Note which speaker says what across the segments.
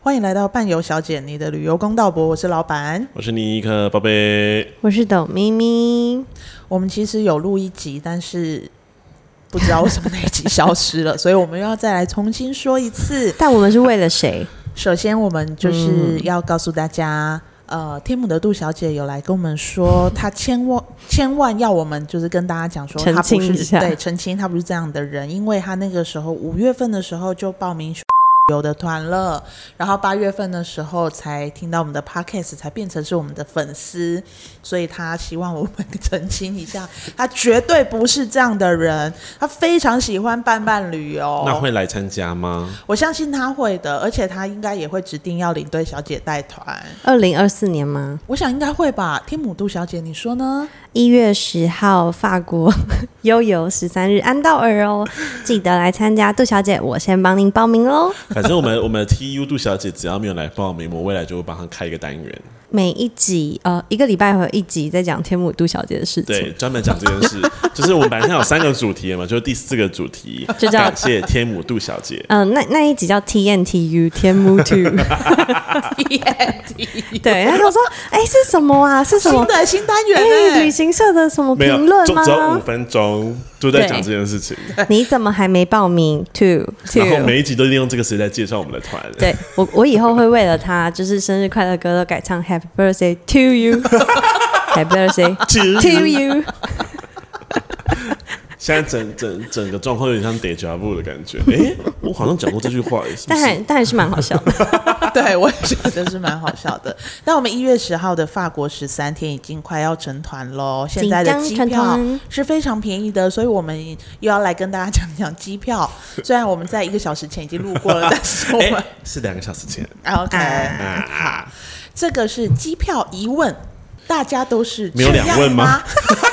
Speaker 1: 欢迎来到伴游小姐你的旅游公道博，我是老板。
Speaker 2: 我是尼克宝贝，
Speaker 3: 我是董咪咪，
Speaker 1: 我们其实有录一集，但是不知道为什么那一集消失了，所以我们又要再来重新说一次。
Speaker 3: 但我们是为了谁？
Speaker 1: 首先，我们就是
Speaker 3: 嗯
Speaker 1: 要告诉大家，呃，天母的杜小姐有来跟我们说，她千 万千万要我们就是跟大家讲说，
Speaker 3: 澄
Speaker 1: 她不
Speaker 3: 清一
Speaker 1: 是
Speaker 3: 下
Speaker 1: 对澄清，她不是这样的人，因为她那个时候五月份的时候就报名游的团了，然后八月份的时候才听到我们的 podcast，才变成是我们的粉丝，所以她希望我们澄清一下，她绝对不是这样的人，她非常喜欢伴伴旅游，
Speaker 2: 那会来参加吗？
Speaker 1: 我相信他会的，而且他应该也会指定要领队小姐带团。
Speaker 3: 二零二四年吗？
Speaker 1: 我想应该会吧，天母杜小姐，你说 呢？
Speaker 3: 一月十号，法国 悠游十三日安道尔哦，记得来参加。杜小姐，我先帮您报名哦喽。
Speaker 2: 反正我们我们的 TU 杜小姐只要没有来报名，我未来就会帮她开一个单元，
Speaker 3: 每一集呃，一个礼拜会有一集在讲天母杜小姐的事情，
Speaker 2: 对，专门讲这件 事。就是我们本来现在有三个主题嘛，就是第四个主题，
Speaker 3: 就叫
Speaker 2: 感谢天母杜小姐。
Speaker 3: 嗯、那那一集叫 TNTU 天母 Two，对，他就说，哎、是什么啊？是什
Speaker 1: 新
Speaker 3: 么？
Speaker 1: 的新单元欸
Speaker 3: 哎、
Speaker 1: 呢、
Speaker 3: 旅行社的什么
Speaker 2: 没有
Speaker 3: 评，论
Speaker 2: 就只有五
Speaker 3: 吗？
Speaker 2: 分钟就在讲
Speaker 3: 对
Speaker 2: 这件事情，
Speaker 3: 你怎么还没报名？Two
Speaker 2: 然后
Speaker 3: Two，
Speaker 2: 每一集都利用这个时间来介绍我们的团。
Speaker 3: 对我，我以后会为了他，就是生日快乐歌都改唱 Happy Birthday to you，Happy Birthday
Speaker 2: To
Speaker 3: to you。
Speaker 2: 现在整整整个状况有点像 deja vu 的感觉。诶，我好像讲过这句话，是不
Speaker 3: 但还
Speaker 2: 是？
Speaker 3: 但还是蛮好笑 的。
Speaker 1: 对，我也觉得是蛮好笑的。那我们一月十号的法国十三天已经快要成团喽，现在的机
Speaker 3: 紧张成
Speaker 1: 票
Speaker 3: 团
Speaker 1: 是非常便宜的，所以我们又要来跟大家讲讲机票。虽然我们在一个小时前已经路过 了，但是我
Speaker 2: 诶，
Speaker 3: 哎
Speaker 1: 们
Speaker 2: 是两个小时前。
Speaker 1: OK，、好，
Speaker 2: 哎
Speaker 1: 这个是机票疑问，大家都是
Speaker 2: 没有
Speaker 1: 这
Speaker 2: 两
Speaker 1: 样
Speaker 2: 问吗
Speaker 1: 吗？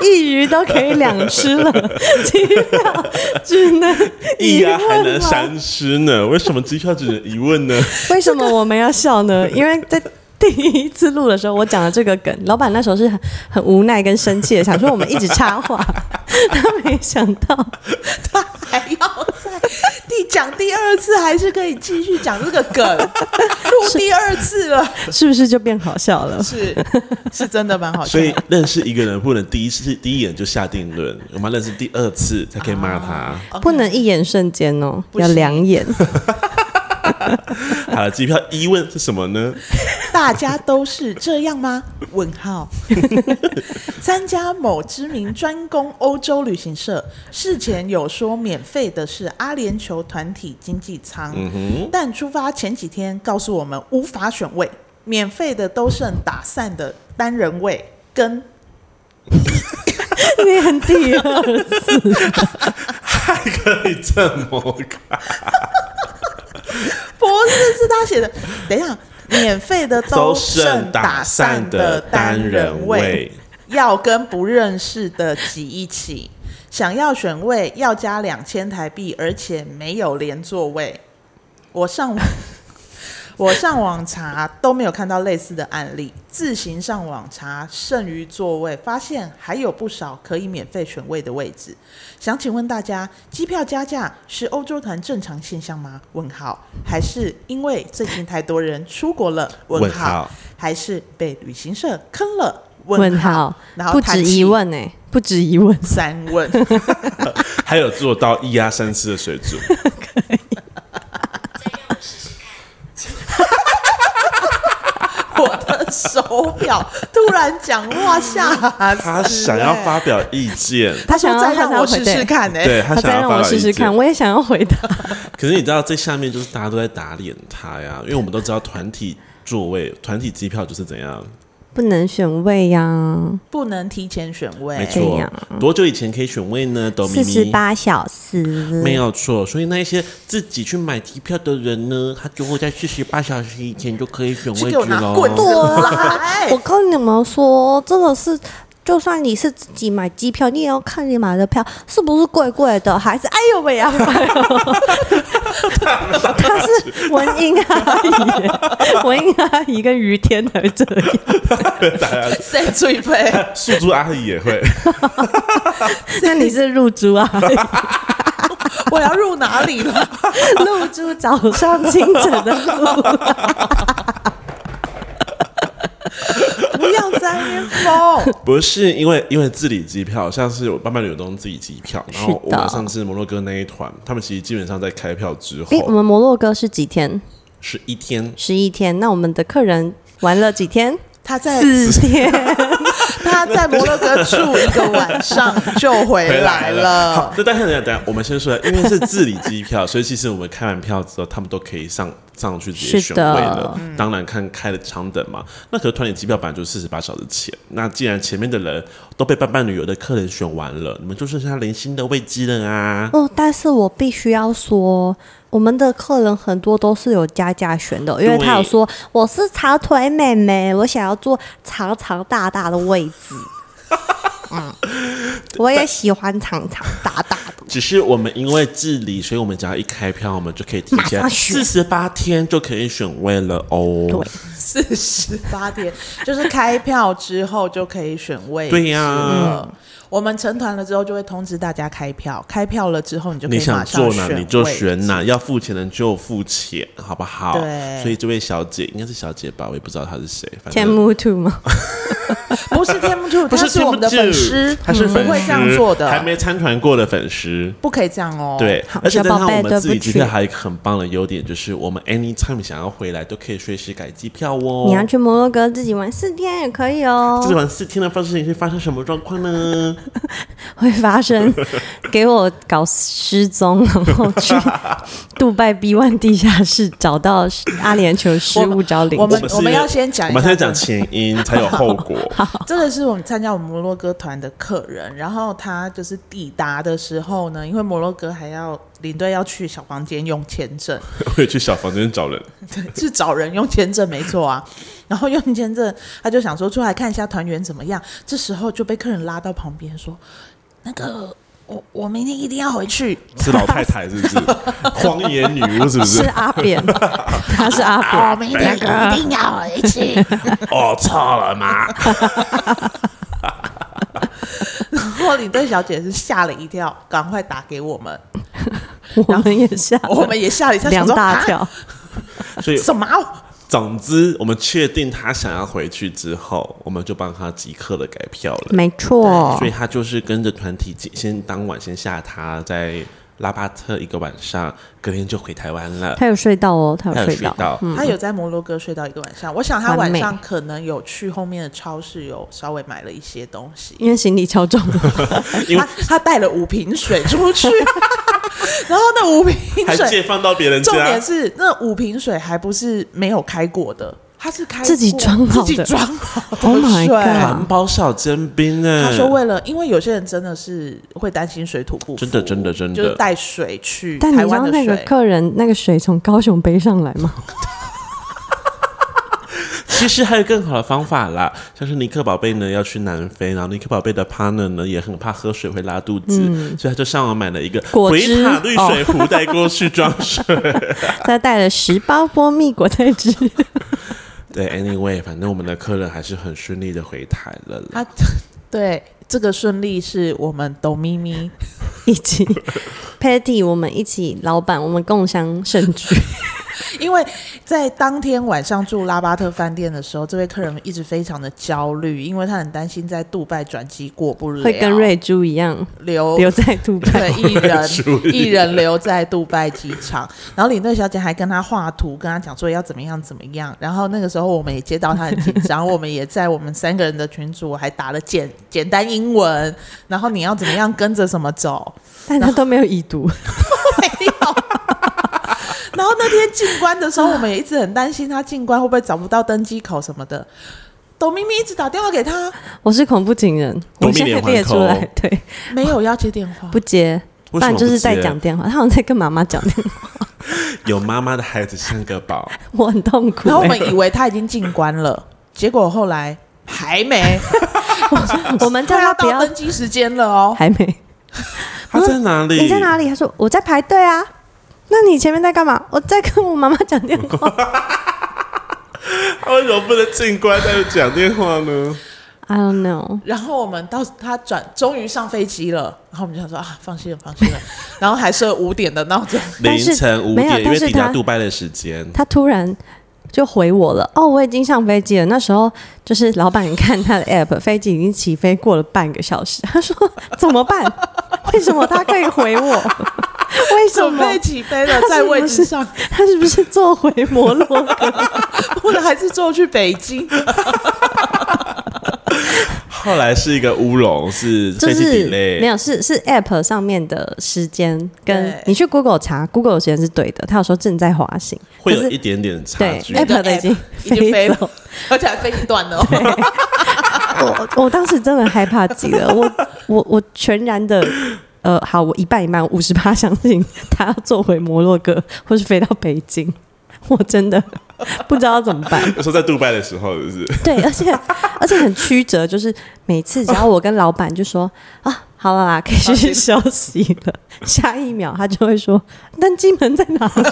Speaker 3: 一鱼都可以两吃了，机票只能
Speaker 2: 一
Speaker 3: 一
Speaker 2: 呀还
Speaker 3: 问
Speaker 2: 能
Speaker 3: 吗？
Speaker 2: 三吃呢？为什么机票只能一问呢？
Speaker 3: 为什么我们要笑呢？因为在。第一次录的时候，我讲了这个梗，老板那时候是很很无奈跟生气的，想说我们一直插话， 他没想到
Speaker 1: 他还要再第讲第二次，还是可以继续讲这个梗，录第二次了，
Speaker 3: 是不是就变好笑了？
Speaker 1: 是是真的蛮好笑
Speaker 2: 所
Speaker 1: 的。
Speaker 2: 以认识一个人不能第一次第一眼就下定论，我们要认识第二次才可以 骂他。
Speaker 3: 不能一眼瞬间哦，
Speaker 1: 不
Speaker 3: 要
Speaker 1: 行
Speaker 3: 两眼。
Speaker 2: 好了，机票一问是什么 呢？
Speaker 1: 大家都是这样吗？问 号。参加某知名专攻欧洲旅行社，事前有说免费的是阿联酋团体经济舱，
Speaker 2: 嗯
Speaker 1: 但出发前几天告诉我们无法选位，免费的都剩打散的单人位跟
Speaker 3: 念第二次，
Speaker 2: 还可以这么看？
Speaker 1: 不是，是他写的。等一下，免费的
Speaker 2: 都
Speaker 1: 剩
Speaker 2: 剩打
Speaker 1: 散
Speaker 2: 散的
Speaker 1: 单
Speaker 2: 单人
Speaker 1: 位
Speaker 2: 位，
Speaker 1: 要跟不认识的挤一起。想要选位要加两千台币，而且没有连座位。我上网，我上网查都没有看到类似的案例。自行上网查剩余座位，发现还有不少可以免费选位的位置。想请问大家，机票加价是欧洲团正常现象吗？问号，还是因为最近太多人出国了？问
Speaker 2: 问
Speaker 1: 号
Speaker 2: 号，
Speaker 1: 还是被旅行社坑了？
Speaker 3: 问
Speaker 1: 号
Speaker 3: 号，
Speaker 1: 然后
Speaker 3: 不
Speaker 1: 叹
Speaker 3: 止
Speaker 1: 气
Speaker 3: 一问哎、不止一问，
Speaker 1: 三问，
Speaker 2: 还有做到一压三次的 水准，
Speaker 1: 我的手表突然讲话吓死欸
Speaker 2: 他想要发表意见，
Speaker 1: 他说
Speaker 3: 想要
Speaker 1: 再
Speaker 3: 让
Speaker 1: 让
Speaker 3: 他
Speaker 1: 我
Speaker 3: 回
Speaker 1: 试试
Speaker 3: 对
Speaker 1: 看呢、欸
Speaker 2: 对他
Speaker 3: 他
Speaker 2: 想
Speaker 3: 再
Speaker 2: 要
Speaker 3: 让
Speaker 2: 发
Speaker 3: 我
Speaker 2: 表
Speaker 3: 试
Speaker 2: 意
Speaker 3: 试
Speaker 2: 见
Speaker 3: 看，。我也想要 回答。
Speaker 1: 啊
Speaker 2: 可是你知道，这下面就是大家都在打脸他呀，因为我们都知道团体座位、团体机票就是怎样。
Speaker 3: 不能选位啊呀、
Speaker 1: 不能提前选
Speaker 2: 没
Speaker 1: 位。
Speaker 3: 哎
Speaker 2: 错
Speaker 3: 呀，
Speaker 2: 多久以前可以选位呢？抖咪
Speaker 3: 四
Speaker 2: 咪
Speaker 3: 十八小时，
Speaker 2: 没有错，所以那一些自己去买机票的人呢，他就会在四十八小时以前就可以选
Speaker 1: 去
Speaker 2: 位
Speaker 1: 给我
Speaker 2: 置
Speaker 1: 拿棍子
Speaker 2: 喽。哦
Speaker 1: 来！
Speaker 3: 我跟你们说，真的是，就算你是自己买机票，你也要看你买的票是不是贵贵的，还是哎呦喂啊！哎呦 他是文英阿 姨耶，文英阿姨跟于天才这样，
Speaker 1: 谁最配？
Speaker 2: 素珠阿姨也会，
Speaker 3: 啊那你是入珠阿姨？
Speaker 1: 我要入哪里了？
Speaker 3: 露珠早上清晨的露，
Speaker 1: 不要在那边疯。
Speaker 2: 不是因为因为自理机票，像是我爸爸女东自己机票，然后
Speaker 3: 是
Speaker 2: 我
Speaker 3: 的
Speaker 2: 们上次摩洛哥那一团，他们其实基本上在开票之
Speaker 3: 诶，我
Speaker 2: 后
Speaker 3: 们摩洛哥是几天？
Speaker 2: 是一天，
Speaker 3: 十一天。那我们的客人玩了几天？
Speaker 1: 他在
Speaker 3: 四天。
Speaker 1: 他在摩洛哥住一个晚上就回来
Speaker 2: 好
Speaker 1: 了，，
Speaker 2: 那但是等一下等一下，我们先说，因为是自理机票， 所以其实我们开完票之后，他们都可以上上去直接
Speaker 3: 是
Speaker 2: 选位
Speaker 3: 的
Speaker 2: 了。
Speaker 1: 嗯
Speaker 2: 当然看开的长等嘛，那可是团体机票本来就四十八小时前，那既然前面的人都被伴伴旅游的客人选完了，你们就剩下零星的位机了啊。
Speaker 3: 哦，但是我必须要说，我们的客人很多都是有加价选的，因为他有说我是长腿妹妹，我想要坐长长大大的位置。嗯，我也喜欢长长大大 的。
Speaker 2: 只是我们因为自理，所以我们只要一开票，我们就可以提
Speaker 3: 马
Speaker 2: 前
Speaker 3: 上
Speaker 2: 四
Speaker 3: 选
Speaker 2: 十八天就可以选位了哦。
Speaker 3: 对
Speaker 1: 四十八天就是开票之后就可以选位置了。嗯
Speaker 2: 对呀
Speaker 1: 我们成团了之后就会通知大家开票，开票了之后你就可
Speaker 2: 你
Speaker 1: 以马
Speaker 2: 想
Speaker 1: 上
Speaker 2: 做哪
Speaker 1: 选
Speaker 2: 你就
Speaker 1: 位置
Speaker 2: 选哪，要付钱的就付钱，好不好？
Speaker 1: 对
Speaker 2: 所以这位小姐应该是小姐吧，我也不知道她是谁，反
Speaker 3: 天
Speaker 2: 正
Speaker 3: 幕 two 吗？
Speaker 1: 不是天幕兔，
Speaker 2: 不
Speaker 1: 他
Speaker 2: 是
Speaker 1: 我们的粉
Speaker 2: Timbuktu，
Speaker 1: 丝，
Speaker 2: 她是
Speaker 1: 嗯
Speaker 2: 粉丝，
Speaker 1: 不会这样做的，
Speaker 2: 还没参团过的粉丝。
Speaker 1: 不可以这样哦。
Speaker 2: 对
Speaker 3: 好，
Speaker 2: 而且
Speaker 3: 小
Speaker 2: 再加上
Speaker 3: 宝贝
Speaker 2: 我们自己
Speaker 3: 对不
Speaker 2: 机票
Speaker 3: 起
Speaker 2: 还有一个很棒的优点，就是我们 anytime 想要回来都可以随时改机票哦。
Speaker 3: 你要去摩洛哥自己玩四天也可以哦
Speaker 2: 这，晚四天的发生是发生什么状况呢？
Speaker 3: 会发生给我搞失踪，然后去杜拜 B One 地下室找到阿联酋失
Speaker 1: 我们
Speaker 3: 物招领
Speaker 1: 我
Speaker 3: 者
Speaker 1: 们。
Speaker 2: 是
Speaker 1: 我们要先讲一
Speaker 2: 我们
Speaker 1: 下
Speaker 2: 先讲前因，才有后 果。
Speaker 1: 这个是我们参加我们摩洛哥团的客人，然后他就是抵达的时候呢，因为摩洛哥还要领队要去小房间用签证，
Speaker 2: 我也去小房间找人，
Speaker 1: 是找人用签证没错啊。 然后用签证，他就想说出来看一下团员怎么样。这时候就被客人拉到旁边说：“那个，我我明天一定要回去。
Speaker 2: 是老太太是 不是？荒野女巫是不是？
Speaker 3: 是阿 扁，他是阿扁，
Speaker 1: 我明天一定要回去。”
Speaker 2: 哦，操 了妈！
Speaker 1: 然后领队小姐是吓了一跳，赶快打给我们，
Speaker 3: 我们也下了，
Speaker 1: 我们也吓了一跳，
Speaker 3: 两
Speaker 1: 想说
Speaker 3: 大
Speaker 1: 啊
Speaker 3: 跳，
Speaker 2: 所以
Speaker 1: 什么啊？
Speaker 2: 总之，我们确定他想要回去之后，我们就帮他即刻的改票了。
Speaker 3: 没
Speaker 1: 哦
Speaker 3: 错
Speaker 2: 所，以他就是跟着团体先当晚先下他在拉巴特一个晚上，隔天就回台湾了。
Speaker 3: 他有睡到哦，他
Speaker 2: 他
Speaker 3: 有
Speaker 2: 有
Speaker 3: 睡
Speaker 2: 睡
Speaker 3: 到，
Speaker 2: 到，
Speaker 1: 他有在摩洛哥睡到一个晚上，我想他
Speaker 3: 完
Speaker 1: 晚
Speaker 3: 美
Speaker 1: 上可能有去后面的超市有稍微买了一些东西，
Speaker 3: 因为行李超重，
Speaker 2: 因为
Speaker 1: 他他带了五瓶水出 去，然后那五瓶
Speaker 2: 还
Speaker 1: 水，
Speaker 2: 借放到别人 家。
Speaker 1: 重点是那五瓶水还不是没有开过的，他是开
Speaker 3: 自己
Speaker 1: 过
Speaker 3: 装好
Speaker 1: 自己
Speaker 3: 的
Speaker 1: 装好
Speaker 3: Oh
Speaker 1: 的水。
Speaker 3: my God
Speaker 2: 环保小尖兵哎、
Speaker 1: 他说为了，因为有些人真的是会担心水土不服，
Speaker 2: 真的真的真的
Speaker 1: 就是带水去
Speaker 3: 但你
Speaker 1: 台
Speaker 3: 知
Speaker 1: 湾
Speaker 3: 道
Speaker 1: 的
Speaker 3: 那个
Speaker 1: 水。
Speaker 3: 客人那个水从高雄背上来吗？
Speaker 2: 其实还有更好的方法啦，像是尼克宝贝呢要去南非，然后尼克宝贝的 partner 呢也很怕喝水会拉肚子，所以他就上网买了一个
Speaker 3: 嗯果
Speaker 2: 维
Speaker 3: 汁哦
Speaker 2: 塔绿水壶带过去装水。
Speaker 3: 他带了十包波蜜果菜汁，
Speaker 2: 对，anyway，反正我们的客人还是很顺利的回台了 啦。
Speaker 1: 他对这个顺利是我们董咪 咪
Speaker 3: 一 起 Patty，我们一起，老板，我们共襄盛举，
Speaker 1: 因为在当天晚上住拉巴特饭店的时候，这位客人一直非常的焦虑，因为他很担心在杜拜转机过不了，
Speaker 3: 会跟瑞珠一样
Speaker 1: 留
Speaker 3: 留在杜拜
Speaker 1: 对，一 人
Speaker 2: 注意
Speaker 1: 一人留在杜拜机场，然后领队小姐还跟他画图，跟他讲说要怎么样怎么样。然后那个时候我们也接到他很紧张，我们也在我们三个人的群组我还打了简 简单英文，然后你要怎么样跟着什么走，
Speaker 3: 但他都没有已读，
Speaker 1: 没有。然后那天进关的时候，我们也一直很担心他进关会不会找不到登机口什么的。董咪咪一直打电话给他，
Speaker 3: 我是恐怖情人，
Speaker 2: 躲
Speaker 3: 我
Speaker 2: 避
Speaker 3: 现在
Speaker 2: 连环
Speaker 3: 列出
Speaker 2: 扣
Speaker 3: 来，对，
Speaker 1: 没有要接电话
Speaker 3: 不，接，不
Speaker 2: 为什
Speaker 3: 然
Speaker 2: 么
Speaker 3: 就是
Speaker 2: 不
Speaker 3: 在
Speaker 2: 接
Speaker 3: 讲电话，他好像在跟妈妈讲电 话，
Speaker 2: 有妈妈的孩子像个宝，
Speaker 3: 我很痛苦、欸。
Speaker 1: 然后我们以为他已经进关了，结果后来还没，
Speaker 3: 我们叫
Speaker 1: 快
Speaker 3: 他
Speaker 1: 要
Speaker 3: 啊不
Speaker 1: 到
Speaker 3: 要，
Speaker 1: 登机时间了哦。
Speaker 3: 还没。
Speaker 2: 他在哪里？
Speaker 3: 你 在哪里？他说我在排队啊。那你前面在干嘛？我在跟我妈妈讲电话
Speaker 2: 他为什么不能进关再讲电话呢？
Speaker 3: I don't know。
Speaker 1: 然后我们到他转，终于上飞机了。然后我们就想说啊，放心了，放心了。 然后还设五点的 闹钟，
Speaker 2: 凌
Speaker 3: 但是
Speaker 2: 晨五
Speaker 3: 没有
Speaker 2: 点，因
Speaker 3: 但
Speaker 2: 为
Speaker 3: 是
Speaker 2: 抵达
Speaker 3: 他
Speaker 2: 杜拜的时间，
Speaker 3: 他突然就回我了，哦，我已经上飞机了。那时候就是老板，你看他的 app，飞机已经起飞过了半个小时。他说怎么办？为什么他可以回我？为什
Speaker 1: 准
Speaker 3: 么？
Speaker 1: 备起飞了
Speaker 3: 他，是
Speaker 1: 在位
Speaker 3: 不
Speaker 1: 置
Speaker 3: 是
Speaker 1: 上，
Speaker 3: 他是不是坐回摩洛哥？
Speaker 1: 或者还是坐去北 京。
Speaker 2: 后来是一个乌龙，是
Speaker 3: 就
Speaker 2: 飞机
Speaker 3: 是
Speaker 2: delay，
Speaker 3: 没有，是是 app 上面的时间，跟
Speaker 1: 对
Speaker 3: 你去 Google 查 Google 的时间是对的。他有说正在滑行，
Speaker 2: 会
Speaker 3: 可
Speaker 2: 有
Speaker 3: 是
Speaker 2: 一点点差
Speaker 3: 对
Speaker 2: 距。
Speaker 1: 那个
Speaker 3: app 的已
Speaker 1: app
Speaker 3: 经
Speaker 1: 已经飞
Speaker 3: 走
Speaker 1: 了。而且还飞一段哦。
Speaker 3: 我我当时真的害怕极了，我我我全然的。呃，好，我一半一半，五十八相信他要坐回摩洛哥，或是飞到北京，我真的不知道怎么 办。
Speaker 2: 那时候在杜拜的时候，是不是？
Speaker 3: 对，而且而且很曲折，就是每次只要我跟老板就说啊，好了啦，可以去休息了，下一秒他就会说，登机门在哪里？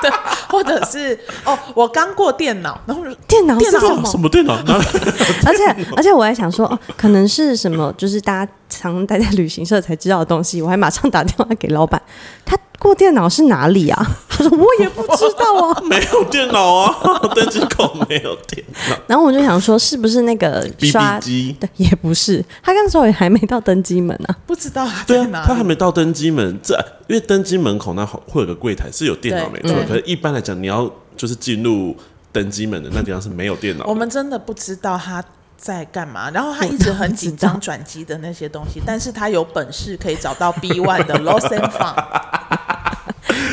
Speaker 1: 对，或者是哦，我刚过电脑，然后我就
Speaker 3: 电脑是
Speaker 1: 电脑
Speaker 3: 什
Speaker 2: 哦
Speaker 3: 么
Speaker 2: 什？么电脑？那
Speaker 3: 而且而且我还想说，哦，可能是什么，就是大家常待在旅行社才知道的东西。我还马上打电话给老板，他过电脑是哪里啊？他说我也不知道啊。
Speaker 2: 没有电脑啊， 登机口没有电脑。
Speaker 3: 然后我就想说，是不是那个
Speaker 2: B
Speaker 3: 刷
Speaker 2: B 机，
Speaker 3: 对，也不是，他那时候也还没到登机门啊。
Speaker 1: 不知道他
Speaker 2: 对
Speaker 1: 在
Speaker 2: 啊
Speaker 1: 哪，
Speaker 2: 他还
Speaker 1: 里。
Speaker 2: 没到登机门，这因为登机门口那会有个柜台是有电脑没
Speaker 1: 对
Speaker 2: 错，
Speaker 1: 嗯
Speaker 2: 可是一般来讲，你要就是进入登机门的那地方是没有电脑的。
Speaker 1: 我们真的不知道他在干嘛。然后他一直很紧张转机的那些东西，但是他有本事可以找到 B one 的 Lost and Found。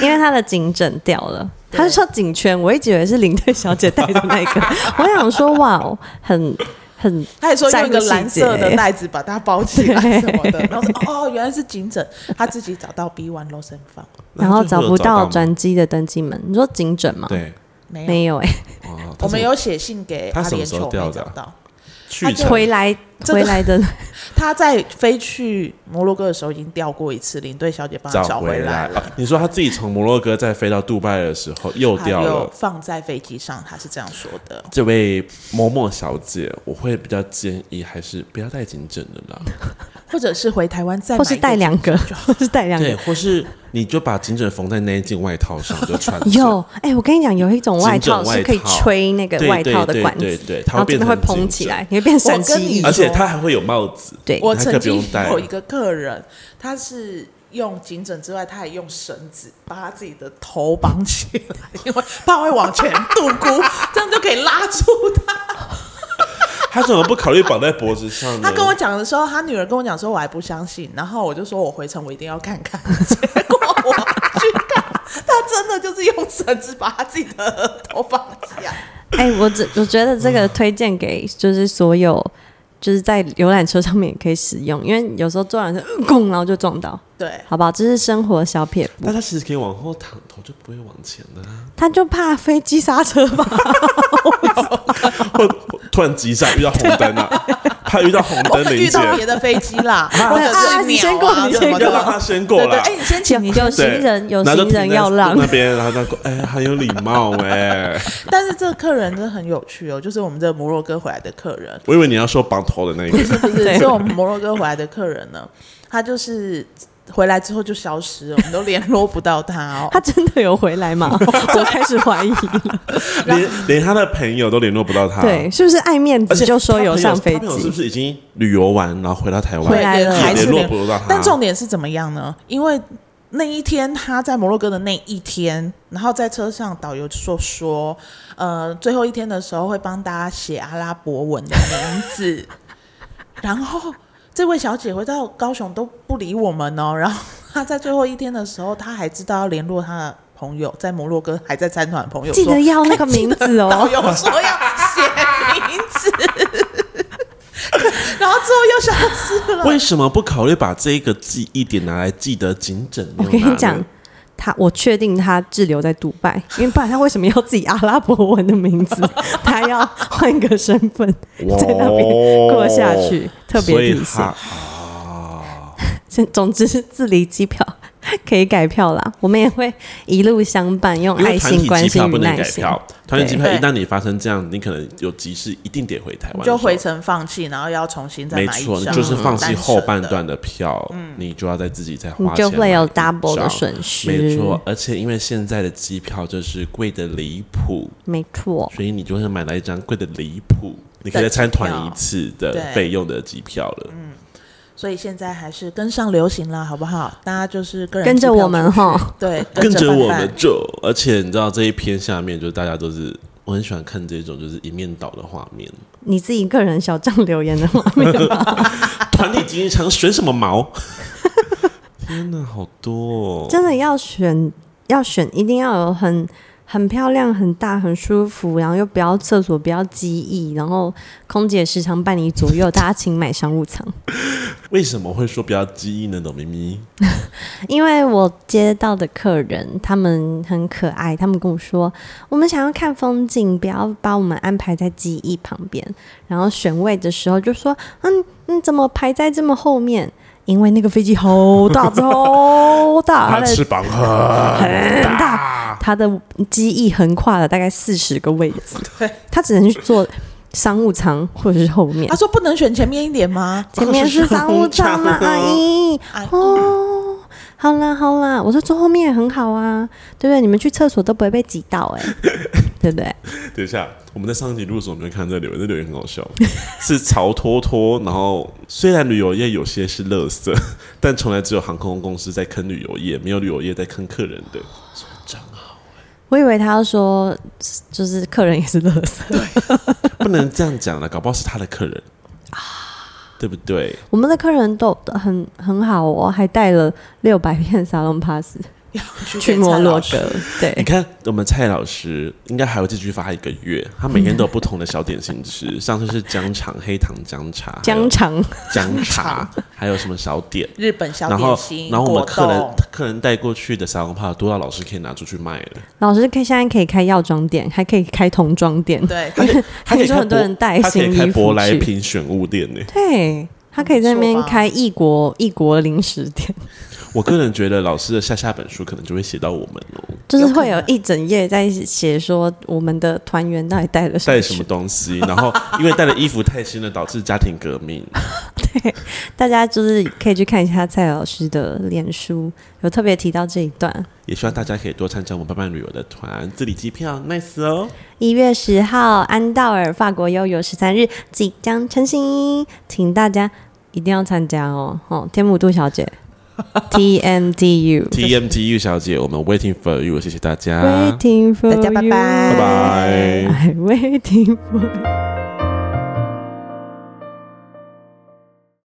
Speaker 3: 因为他的颈整掉了。
Speaker 1: 对
Speaker 3: 他是说颈圈，我一直以为是领队小姐戴的那 个，我想说哇，哦，很很
Speaker 1: 他也说用一个蓝色
Speaker 3: 在乎细
Speaker 1: 的
Speaker 3: 节
Speaker 1: 袋子把它包起来
Speaker 3: 对
Speaker 1: 什么 的。然后说哦，原来是颈枕，他自己找到 B one Lost and Found。
Speaker 3: 然后找不到
Speaker 2: 吗
Speaker 3: 转机的登机门。你说颈枕吗？
Speaker 2: 对，
Speaker 1: 没有，
Speaker 3: 没有哎、
Speaker 2: 哦，他
Speaker 1: 我
Speaker 2: 怎
Speaker 1: 们
Speaker 2: 么
Speaker 1: 有写信给
Speaker 2: 他
Speaker 1: 阿
Speaker 2: 什么
Speaker 1: 联
Speaker 2: 时候
Speaker 1: 酋，
Speaker 2: 掉
Speaker 1: 没
Speaker 2: 的
Speaker 1: 找
Speaker 2: 啊
Speaker 1: 到。
Speaker 2: 去程
Speaker 3: 回来
Speaker 1: 这个
Speaker 3: 回来的
Speaker 1: 他在飞去摩洛哥的时候已经掉过一次，领队小姐帮他
Speaker 2: 找
Speaker 1: 找回来
Speaker 2: 来
Speaker 1: 了。
Speaker 2: 啊你说他自己从摩洛哥再飞到杜拜的时候又
Speaker 1: 他
Speaker 2: 掉
Speaker 1: 又
Speaker 2: 了。
Speaker 1: 放在飞机上，他是这样说的。
Speaker 2: 这位某某小姐，我会比较建议还是不要带颈枕的啦。
Speaker 1: 或者是回台湾再买
Speaker 3: 或是带两个， 或是带两
Speaker 2: 对，
Speaker 3: 个。
Speaker 2: 或是你就把颈枕缝在那一件外套上就穿着。
Speaker 3: 有，哎、我跟你讲，有一种外套
Speaker 2: 颈枕
Speaker 3: 是可以
Speaker 2: 外套
Speaker 3: 吹那个
Speaker 2: 对
Speaker 3: 外套的
Speaker 2: 对
Speaker 3: 管子，
Speaker 2: 对对对它
Speaker 3: 然
Speaker 2: 会变
Speaker 3: 后这边
Speaker 2: 成
Speaker 3: 会蓬
Speaker 2: 颈
Speaker 3: 起
Speaker 2: 枕
Speaker 3: 来，你会变神
Speaker 1: 我跟
Speaker 3: 奇
Speaker 1: 你
Speaker 3: 翼
Speaker 2: 而。且它还会有帽子。
Speaker 3: 对，
Speaker 1: 我
Speaker 2: 那
Speaker 1: 曾
Speaker 2: 个不用
Speaker 1: 经
Speaker 2: 带
Speaker 1: 有一个客人，他是用颈枕之外，他还用绳子把他自己的头绑起来，因为怕会往前度孤，这样就可以拉住他。
Speaker 2: 他怎么不考虑绑在脖子上呢？
Speaker 1: 他跟我讲的时候，他女儿跟我讲说，我还不相信，然后我就说我回程我一定要看 看。结果我去看，他真的就是用绳子把他自己的头绑起来。
Speaker 3: 哎、我只我觉得这个推荐给就是所有就是在游览车上面也可以使用，因为有时候坐缆车，呃咣、然后就撞到，
Speaker 1: 对，
Speaker 3: 好不好？这是生活小撇步。
Speaker 2: 但他其实可以往后躺，头就不会往前啊的啦。
Speaker 3: 他就怕飞机刹车吧？
Speaker 2: 或或突然急刹遇到红灯 啊，怕遇到红灯临
Speaker 1: 遇
Speaker 2: 界，
Speaker 1: 到别的飞机啦，或者
Speaker 3: 啊
Speaker 1: 是
Speaker 3: 你先
Speaker 1: 鸟
Speaker 3: 过
Speaker 1: 啊
Speaker 3: 你
Speaker 1: 什
Speaker 3: 先
Speaker 1: 么
Speaker 2: 要
Speaker 1: 的
Speaker 3: 过
Speaker 2: 让。他先过
Speaker 1: 对对，
Speaker 2: 来。
Speaker 1: 哎，你先请，你
Speaker 3: 有
Speaker 1: 就
Speaker 3: 行
Speaker 2: 对
Speaker 3: 人有
Speaker 2: 然后就
Speaker 3: 行人
Speaker 2: 停在
Speaker 3: 要让
Speaker 2: 那边，然后他说：“哎，很有礼貌 哎。
Speaker 1: 但是这个客人真的很有趣哦，就是我们这个摩洛哥回来的客人”，
Speaker 2: 我以为你要说绑头的那个，
Speaker 1: 不是，
Speaker 3: 对
Speaker 1: 是我们摩洛哥回来的客人呢，他就是回来之后就消失了，我们都联络不到他哦。
Speaker 3: 他真的有回来吗？ 我开始怀疑 了。
Speaker 2: 连连他的朋友都联络不到他。
Speaker 3: 对，，是不是爱面
Speaker 2: 而
Speaker 3: 子
Speaker 2: 且
Speaker 3: 就说有上飞
Speaker 2: 他朋友是
Speaker 3: 机
Speaker 2: 不？是已经旅游完，然后回到台湾，
Speaker 3: 回来
Speaker 1: 也
Speaker 3: 了
Speaker 1: 还
Speaker 2: 也
Speaker 1: 是
Speaker 2: 联络
Speaker 1: 联
Speaker 2: 不到他？
Speaker 1: 但重点是怎么样呢？因为那一天他在摩洛哥的那一天，然后在车上导游就说，呃，最后一天的时候会帮大家写阿拉伯文的名字， 然后这位小姐回到高雄都不理我们哦，然后她在最后一天的时候，她还知道要联络她的朋友，在摩洛哥还在参团的朋友说，
Speaker 3: 记得 要那个名字
Speaker 1: 导
Speaker 3: 哦。
Speaker 1: 游说要写名字。 然后之后又消失了，
Speaker 2: 为什么不考虑把这个记忆点拿来记得颈枕？
Speaker 3: 我跟你讲，，他我确定他滞留在杜拜， 因为不然他为什么要自己阿拉伯文的名字？ 他要换个身份
Speaker 2: 哇
Speaker 3: 在那边过下去，特别
Speaker 2: 所以
Speaker 3: 提
Speaker 2: 他
Speaker 3: 醒。
Speaker 2: 啊，
Speaker 3: 总之，自理机票 可以改票啦，我们也会一路相伴，用
Speaker 2: 因为
Speaker 3: 爱
Speaker 2: 团
Speaker 3: 心、
Speaker 2: 体
Speaker 3: 关
Speaker 2: 机
Speaker 3: 心
Speaker 2: 票
Speaker 3: 与
Speaker 2: 不能
Speaker 3: 耐
Speaker 2: 改
Speaker 3: 心。
Speaker 2: 票，团体机票
Speaker 1: 对
Speaker 2: 一旦你发生这样，你可能有急事，一定得回台
Speaker 1: 你
Speaker 2: 湾，
Speaker 1: 就回。程放弃，然后要重新再
Speaker 2: 没
Speaker 1: 买一
Speaker 2: 错，
Speaker 1: 张，
Speaker 2: 你就是放弃
Speaker 1: 单
Speaker 2: 后
Speaker 1: 程
Speaker 2: 半
Speaker 1: 的
Speaker 2: 段的票，你就要再自己再花
Speaker 3: 嗯你
Speaker 2: 钱，
Speaker 3: 就会有 double 的损失，
Speaker 2: 没错，，而且因为现在的机票就是贵的离谱，
Speaker 3: 没错，
Speaker 2: 所以你就会买来一张贵的离谱，你可以再参团一次
Speaker 1: 对
Speaker 2: 的费用的机票了。
Speaker 1: 所以现在还是跟上流行啦，好不好？大家就是个人
Speaker 3: 跟着
Speaker 1: 机票
Speaker 3: 我们哦哈，
Speaker 1: 对，
Speaker 2: 跟着
Speaker 1: 伴
Speaker 2: 我
Speaker 1: 伴
Speaker 2: 们就，而且你知道这一篇下面就是大家都是，我很喜欢看这种就是一面倒的画面，
Speaker 3: 你自己个人小账留言的话， 啊
Speaker 2: 团体经济舱选什么毛？天哪，好多、哦！
Speaker 3: 真的要选要选，一定要有很很漂亮、很大、很舒服，然后又不要厕所不要机翼，然后空姐时常伴你左右，大家请买商务舱。
Speaker 2: 为什么会说比较记忆呢？董咪咪，
Speaker 3: 因为我接到的客人，他们很可爱，他们跟我说，我们想要看风景，不要把我们安排在机翼旁边。然后选位的时候就说，嗯，你怎么排在这么后面？因为那个飞机好大，超大，它 的
Speaker 2: 膀很
Speaker 3: 很大，它的机翼横跨了大概四十个位置，
Speaker 1: 对，
Speaker 3: 它只能去坐商务舱或者是后面
Speaker 1: 他。说不能选前面一点吗？
Speaker 3: 前面是商务舱啊，阿姨。
Speaker 1: 哎，
Speaker 3: 哦，好啦好啦，我说坐后面也很好啊，对不对？你们去厕所都不会被挤到哎、 对不对？
Speaker 2: 等一下，我们在上一集录的时候，我们就看这留言，这留言很好笑， 是曹托托。然后虽然旅游业有些是垃圾，但从来只有航空公司在坑旅游业，没有旅游业在坑客人的。
Speaker 3: 我以为他要说就是客人也是乐色，
Speaker 2: 不能这样讲了，搞不好是他的客人对不对？
Speaker 3: 我们的客人都很很好哦，还带了六百片沙龙 pass
Speaker 1: 要去
Speaker 3: 去
Speaker 1: 给
Speaker 3: 摩
Speaker 1: 蔡
Speaker 3: 洛
Speaker 1: 老师
Speaker 3: 哥，
Speaker 2: 你
Speaker 3: 对，
Speaker 2: 看，我们蔡老师应该还会继续发一个月，他每天都有不同的小点心 吃，上次是姜肠、黑糖姜茶、还有
Speaker 3: 姜肠
Speaker 2: 姜茶，还有什么小点。
Speaker 1: 日本小
Speaker 2: 然
Speaker 1: 点
Speaker 2: 后
Speaker 1: 心，，
Speaker 2: 然后我们
Speaker 1: 果
Speaker 2: 客人
Speaker 1: 冻
Speaker 2: 客人带过去的沙龙帕多到老师可以拿出去卖了。
Speaker 3: 老师可以现在可以开药妆店，还可以开童装店，
Speaker 1: 对，
Speaker 2: 他可以
Speaker 3: 听说
Speaker 2: 开
Speaker 3: 很多
Speaker 2: 舶
Speaker 3: 人带
Speaker 2: 他可
Speaker 3: 新
Speaker 2: 以开
Speaker 3: 衣服
Speaker 2: 舶来
Speaker 3: 去
Speaker 2: 品选物店呢、
Speaker 3: 对。他可以在那边
Speaker 1: 很不错吧
Speaker 3: 开异国异国零食店，
Speaker 2: 我个人觉得老师的下下本书可能就会写到我们哦，
Speaker 3: 就是会
Speaker 1: 有可
Speaker 3: 有
Speaker 1: 能
Speaker 3: 一整页在写说我们的团员到底带了什么
Speaker 2: 带
Speaker 3: 去
Speaker 2: 什么东西，然后因为带的衣服太新了，导致家庭革命。
Speaker 3: 大家就是可以去看一下蔡老师的脸书，有特别提到这一段。
Speaker 2: 也希望大家可以多参加我们伴伴旅游的团，自理机票 nice 哦。
Speaker 3: 一月十号，安道尔法国悠游十三日即将成行，请大家一定要参加哦！哦，天母杜小姐 ，TMDU，Waiting
Speaker 2: TMTU 小姐，我们 waiting for you，谢谢大家，
Speaker 3: for
Speaker 1: 大家拜
Speaker 3: you
Speaker 1: 拜
Speaker 2: 啊拜拜。
Speaker 3: I waiting for you。